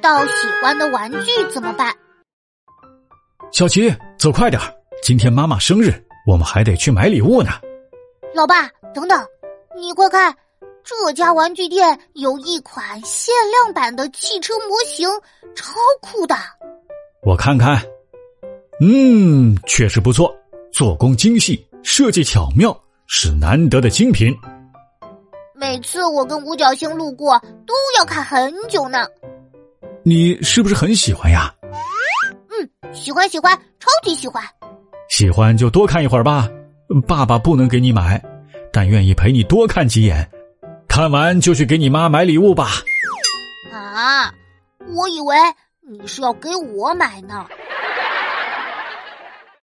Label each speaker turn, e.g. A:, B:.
A: 到喜欢的玩具怎么办？
B: 小琪，走快点儿今天妈妈生日，我们还得去买礼物呢。
A: 老爸，等等，你快看，这家玩具店有一款限量版的汽车模型，超酷的！
B: 我看看，嗯，确实不错，做工精细，设计巧妙，是难得的精品。
A: 每次我跟五角星路过，都要看很久呢。
B: 你是不是很喜欢呀？
A: 嗯，喜欢喜欢，超级喜欢。
B: 喜欢就多看一会儿吧。爸爸不能给你买，但愿意陪你多看几眼。看完就去给你妈买礼物吧。
A: 啊，我以为你是要给我买呢。